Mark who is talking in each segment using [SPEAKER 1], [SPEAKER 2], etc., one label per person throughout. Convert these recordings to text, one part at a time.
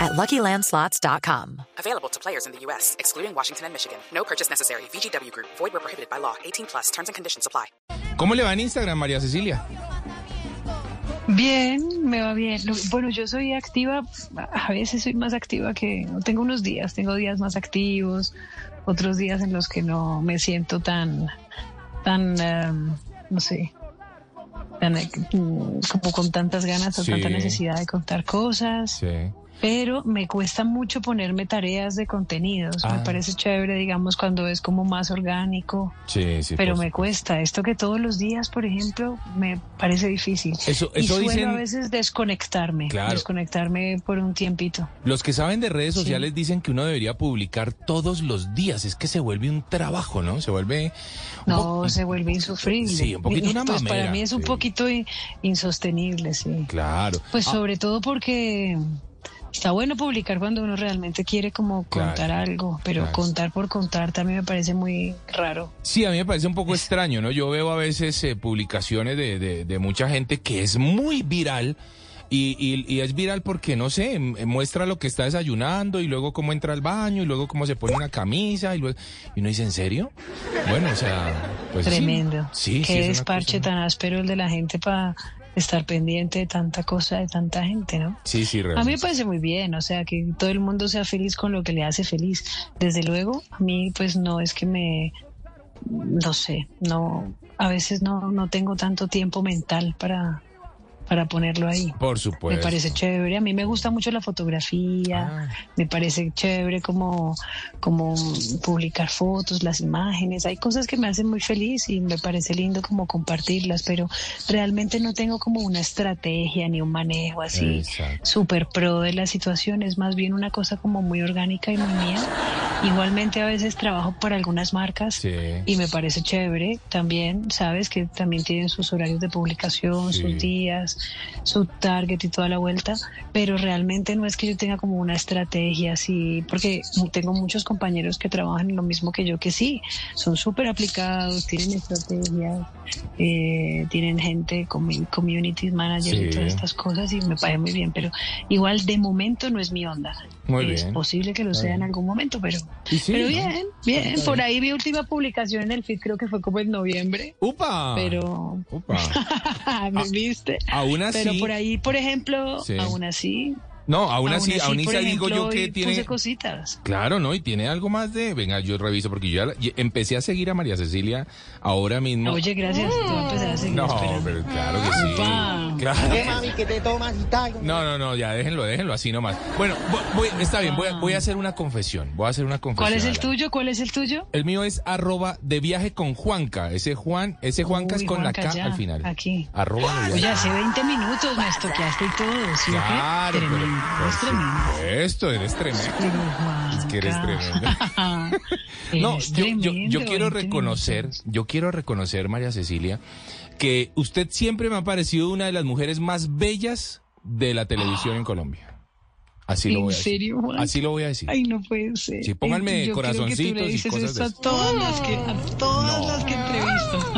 [SPEAKER 1] at luckylandslots.com.
[SPEAKER 2] Available to players in the U.S., excluding Washington and Michigan. No purchase necessary. VGW Group, void were prohibited by law. 18 plus terms and conditions apply.
[SPEAKER 3] ¿Cómo le va en Instagram, María Cecilia?
[SPEAKER 4] Bien, me va bien. Lo- Bueno, yo soy activa, a veces soy más activa que... Tengo unos días, tengo días más activos, otros días en los que no me siento tan, tan, em, no sé, tan, eh, como con tantas ganas o
[SPEAKER 3] Sí.
[SPEAKER 4] tanta necesidad de contar cosas. Pero me cuesta mucho ponerme tareas de contenidos. Me
[SPEAKER 3] Ah.
[SPEAKER 4] parece chévere, digamos, cuando es como más orgánico.
[SPEAKER 3] sí, pues. sí.
[SPEAKER 4] Pero
[SPEAKER 3] por
[SPEAKER 4] me
[SPEAKER 3] supuesto.
[SPEAKER 4] cuesta. Esto que todos los días, por ejemplo, me parece difícil.
[SPEAKER 3] Eso-
[SPEAKER 4] y
[SPEAKER 3] eso
[SPEAKER 4] suelo
[SPEAKER 3] dicen-
[SPEAKER 4] a veces desconectarme.
[SPEAKER 3] Claro.
[SPEAKER 4] Desconectarme por un tiempito.
[SPEAKER 3] Los que saben de redes sociales dicen que uno debería publicar todos los días. Es que se vuelve un trabajo, ¿no? Se vuelve. un
[SPEAKER 4] No,
[SPEAKER 3] po-
[SPEAKER 4] se vuelve insufrible.
[SPEAKER 3] Sí, un poquito
[SPEAKER 4] Y,
[SPEAKER 3] una
[SPEAKER 4] Pues para
[SPEAKER 3] mamera,
[SPEAKER 4] mí es un
[SPEAKER 3] sí.
[SPEAKER 4] poquito i- insostenible, sí.
[SPEAKER 3] Claro.
[SPEAKER 4] Pues
[SPEAKER 3] Ah,
[SPEAKER 4] sobre todo porque está bueno publicar cuando uno realmente quiere como
[SPEAKER 3] Claro,
[SPEAKER 4] contar algo, pero
[SPEAKER 3] claro.
[SPEAKER 4] contar por contar también me parece muy raro.
[SPEAKER 3] Sí, a mí me parece un poco extraño, ¿no? Yo veo a veces eh, publicaciones de, de- de mucha gente que es muy viral. Y, y- y es viral porque, no sé, m- eh, muestra lo que está desayunando y luego cómo entra al baño y luego cómo se pone una camisa y luego... Y uno dice, ¿en serio? Bueno, o sea... Pues sí.
[SPEAKER 4] Tremendo.
[SPEAKER 3] Sí, sí.
[SPEAKER 4] Qué
[SPEAKER 3] es una
[SPEAKER 4] desparche
[SPEAKER 3] cosa-
[SPEAKER 4] tan áspero el de la gente para estar pendiente de tanta cosa, de tanta gente, ¿no?
[SPEAKER 3] Sí, sí,
[SPEAKER 4] A mí
[SPEAKER 3] realmente.
[SPEAKER 4] me parece muy bien, o sea, que todo el mundo sea feliz con lo que le hace feliz. Desde luego, a mí pues no es que me, no sé, no, a veces no, no tengo tanto tiempo mental para, para ponerlo ahí.
[SPEAKER 3] Por
[SPEAKER 4] Me
[SPEAKER 3] supuesto.
[SPEAKER 4] parece chévere, a mí me gusta mucho la fotografía,
[SPEAKER 3] Pues, Ah.
[SPEAKER 4] me parece chévere como, como publicar fotos, las imágenes, hay cosas que me hacen muy feliz y me parece lindo como compartirlas, pero realmente no tengo como una estrategia ni un manejo así
[SPEAKER 3] Exacto.
[SPEAKER 4] súper pro de la situación, es más bien una cosa como muy orgánica y muy mía. Igualmente a veces trabajo para algunas marcas.
[SPEAKER 3] Sí.
[SPEAKER 4] Y me parece chévere también, sabes que también tienen sus horarios de publicación,
[SPEAKER 3] Sí.
[SPEAKER 4] sus días, su target y toda la vuelta, pero realmente no es que yo tenga como una estrategia así, porque tengo muchos compañeros que trabajan en lo mismo que yo, que sí, son súper aplicados, tienen estrategias, eh, tienen gente, comi- community manager
[SPEAKER 3] Sí.
[SPEAKER 4] y todas estas cosas y me parece muy bien, pero igual de momento no es mi onda.
[SPEAKER 3] Muy
[SPEAKER 4] es
[SPEAKER 3] bien.
[SPEAKER 4] posible que lo sea en
[SPEAKER 3] bien.
[SPEAKER 4] algún momento, pero
[SPEAKER 3] Y sí,
[SPEAKER 4] pero
[SPEAKER 3] ¿no?
[SPEAKER 4] bien, bien. Por ahí vi última publicación en el feed, creo que fue como en noviembre.
[SPEAKER 3] ¡Upa!
[SPEAKER 4] Pero, ah,
[SPEAKER 3] ¡Upa!
[SPEAKER 4] ¿me viste?
[SPEAKER 3] Ah. Aún así...
[SPEAKER 4] Pero por ahí, por ejemplo,
[SPEAKER 3] Sí.
[SPEAKER 4] aún así.
[SPEAKER 3] No, aún así, aún
[SPEAKER 4] por
[SPEAKER 3] así digo
[SPEAKER 4] ejemplo,
[SPEAKER 3] yo que
[SPEAKER 4] hoy
[SPEAKER 3] tiene...
[SPEAKER 4] Puse cositas.
[SPEAKER 3] Claro, ¿no? Y tiene algo más de... Venga, yo reviso porque yo ya la- y- empecé a seguir a María Cecilia ahora mismo.
[SPEAKER 4] Oye, gracias. Te voy a empezar a seguir
[SPEAKER 3] no,
[SPEAKER 4] esperando.
[SPEAKER 3] pero claro que sí.
[SPEAKER 4] Upa.
[SPEAKER 3] Claro.
[SPEAKER 5] ¿Qué, mami, que te tomas y tal?
[SPEAKER 3] No, no, no, ya déjenlo, déjenlo así nomás. Bueno, voy- voy- está bien, voy, a- voy a hacer una confesión. Voy a hacer una confesión.
[SPEAKER 4] ¿Cuál es el
[SPEAKER 3] Alan.
[SPEAKER 4] tuyo? ¿Cuál es el tuyo?
[SPEAKER 3] El mío es arroba de viaje con Juanca. Ese Juan, ese Juanca
[SPEAKER 4] Uy,
[SPEAKER 3] es con
[SPEAKER 4] Juanca,
[SPEAKER 3] la K
[SPEAKER 4] ya,
[SPEAKER 3] al final.
[SPEAKER 4] aquí.
[SPEAKER 3] Arroba de viaje
[SPEAKER 4] Oye, hace 20 minutos me estoqueaste y todo. ¿sí o qué?
[SPEAKER 3] Claro, pero
[SPEAKER 4] Tremendo, es tremendo.
[SPEAKER 3] esto eres tremendo.
[SPEAKER 4] Pero, Juanca.
[SPEAKER 3] Es que eres tremendo. No,
[SPEAKER 4] Eres
[SPEAKER 3] yo, yo- yo
[SPEAKER 4] tremendo,
[SPEAKER 3] quiero
[SPEAKER 4] 20
[SPEAKER 3] reconocer,
[SPEAKER 4] minutos.
[SPEAKER 3] yo quiero reconocer, María Cecilia, que usted siempre me ha parecido una de las mujeres más bellas de la televisión en Colombia. Así lo
[SPEAKER 4] ¿En
[SPEAKER 3] voy a decir.
[SPEAKER 4] serio, Juan?
[SPEAKER 3] Así lo voy a decir.
[SPEAKER 4] Ay, no puede ser.
[SPEAKER 3] Sí, pónganme
[SPEAKER 4] Yo creo que tú
[SPEAKER 3] corazoncitos
[SPEAKER 4] le
[SPEAKER 3] y
[SPEAKER 4] dices
[SPEAKER 3] cosas
[SPEAKER 4] esto
[SPEAKER 3] de
[SPEAKER 4] a
[SPEAKER 3] esas.
[SPEAKER 4] todas las que a todas las que entrevisto.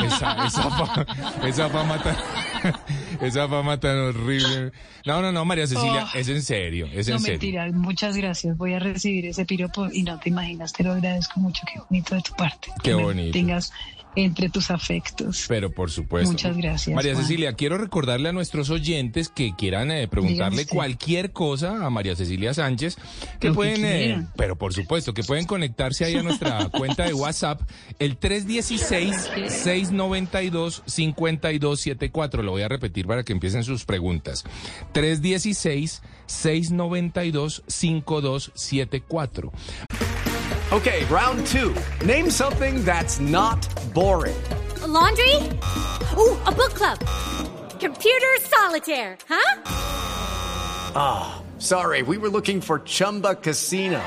[SPEAKER 3] Esa, esa, fa- esa fama tan, esa fama tan horrible. No, no, no, María Cecilia,
[SPEAKER 4] Oh.
[SPEAKER 3] es en serio, es
[SPEAKER 4] No
[SPEAKER 3] en serio.
[SPEAKER 4] mentira, muchas gracias. Voy a recibir ese piropo y no te imaginas, te lo agradezco mucho. Qué bonito de tu parte.
[SPEAKER 3] Qué
[SPEAKER 4] que me
[SPEAKER 3] bonito.
[SPEAKER 4] Tengas entre tus afectos.
[SPEAKER 3] Pero por supuesto.
[SPEAKER 4] Muchas gracias,
[SPEAKER 3] María
[SPEAKER 4] Juan.
[SPEAKER 3] Cecilia, quiero recordarle a nuestros oyentes que quieran eh,
[SPEAKER 4] Dígame
[SPEAKER 3] preguntarle
[SPEAKER 4] usted.
[SPEAKER 3] cualquier cosa a María Cecilia Sánchez, que
[SPEAKER 4] Lo que
[SPEAKER 3] pueden, eh,
[SPEAKER 4] quieran.
[SPEAKER 3] pero por supuesto, que pueden conectarse ahí a nuestra cuenta de WhatsApp, el 316-692-5274. Lo voy a repetir para que empiecen sus preguntas. 316-692-5274.
[SPEAKER 6] Okay, round two. Name something that's not boring.
[SPEAKER 7] A laundry? Ooh, a book club. Computer solitaire, huh?
[SPEAKER 6] Sorry, we were looking for Chumba Casino.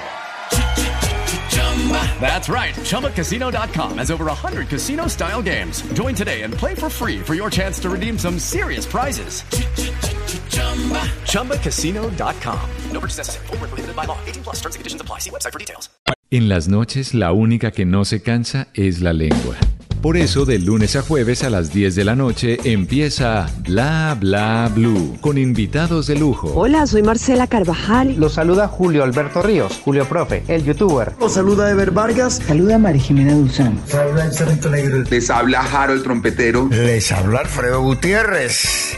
[SPEAKER 6] That's right. ChumbaCasino.com has over 100 casino style games. Join today and play for free for your chance to redeem some serious prizes. ChumbaCasino.com. No purchase necessary. Void where prohibited by law. 18 plus terms and conditions apply. See website for details.
[SPEAKER 5] En las noches la única que no se cansa es la lengua. Por eso de lunes a jueves a las 10 de la noche empieza Bla Bla Blue con invitados de lujo.
[SPEAKER 8] Hola, soy Marcela Carvajal.
[SPEAKER 9] Los saluda Julio Alberto Ríos, Julio Profe, el youtuber.
[SPEAKER 10] Los saluda Ever Vargas.
[SPEAKER 11] Saluda María Jimena Dulzán.
[SPEAKER 12] Saluda el Cerrito Negro.
[SPEAKER 13] Les habla Jaro el trompetero.
[SPEAKER 14] Les habla Alfredo Gutiérrez.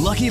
[SPEAKER 15] Lucky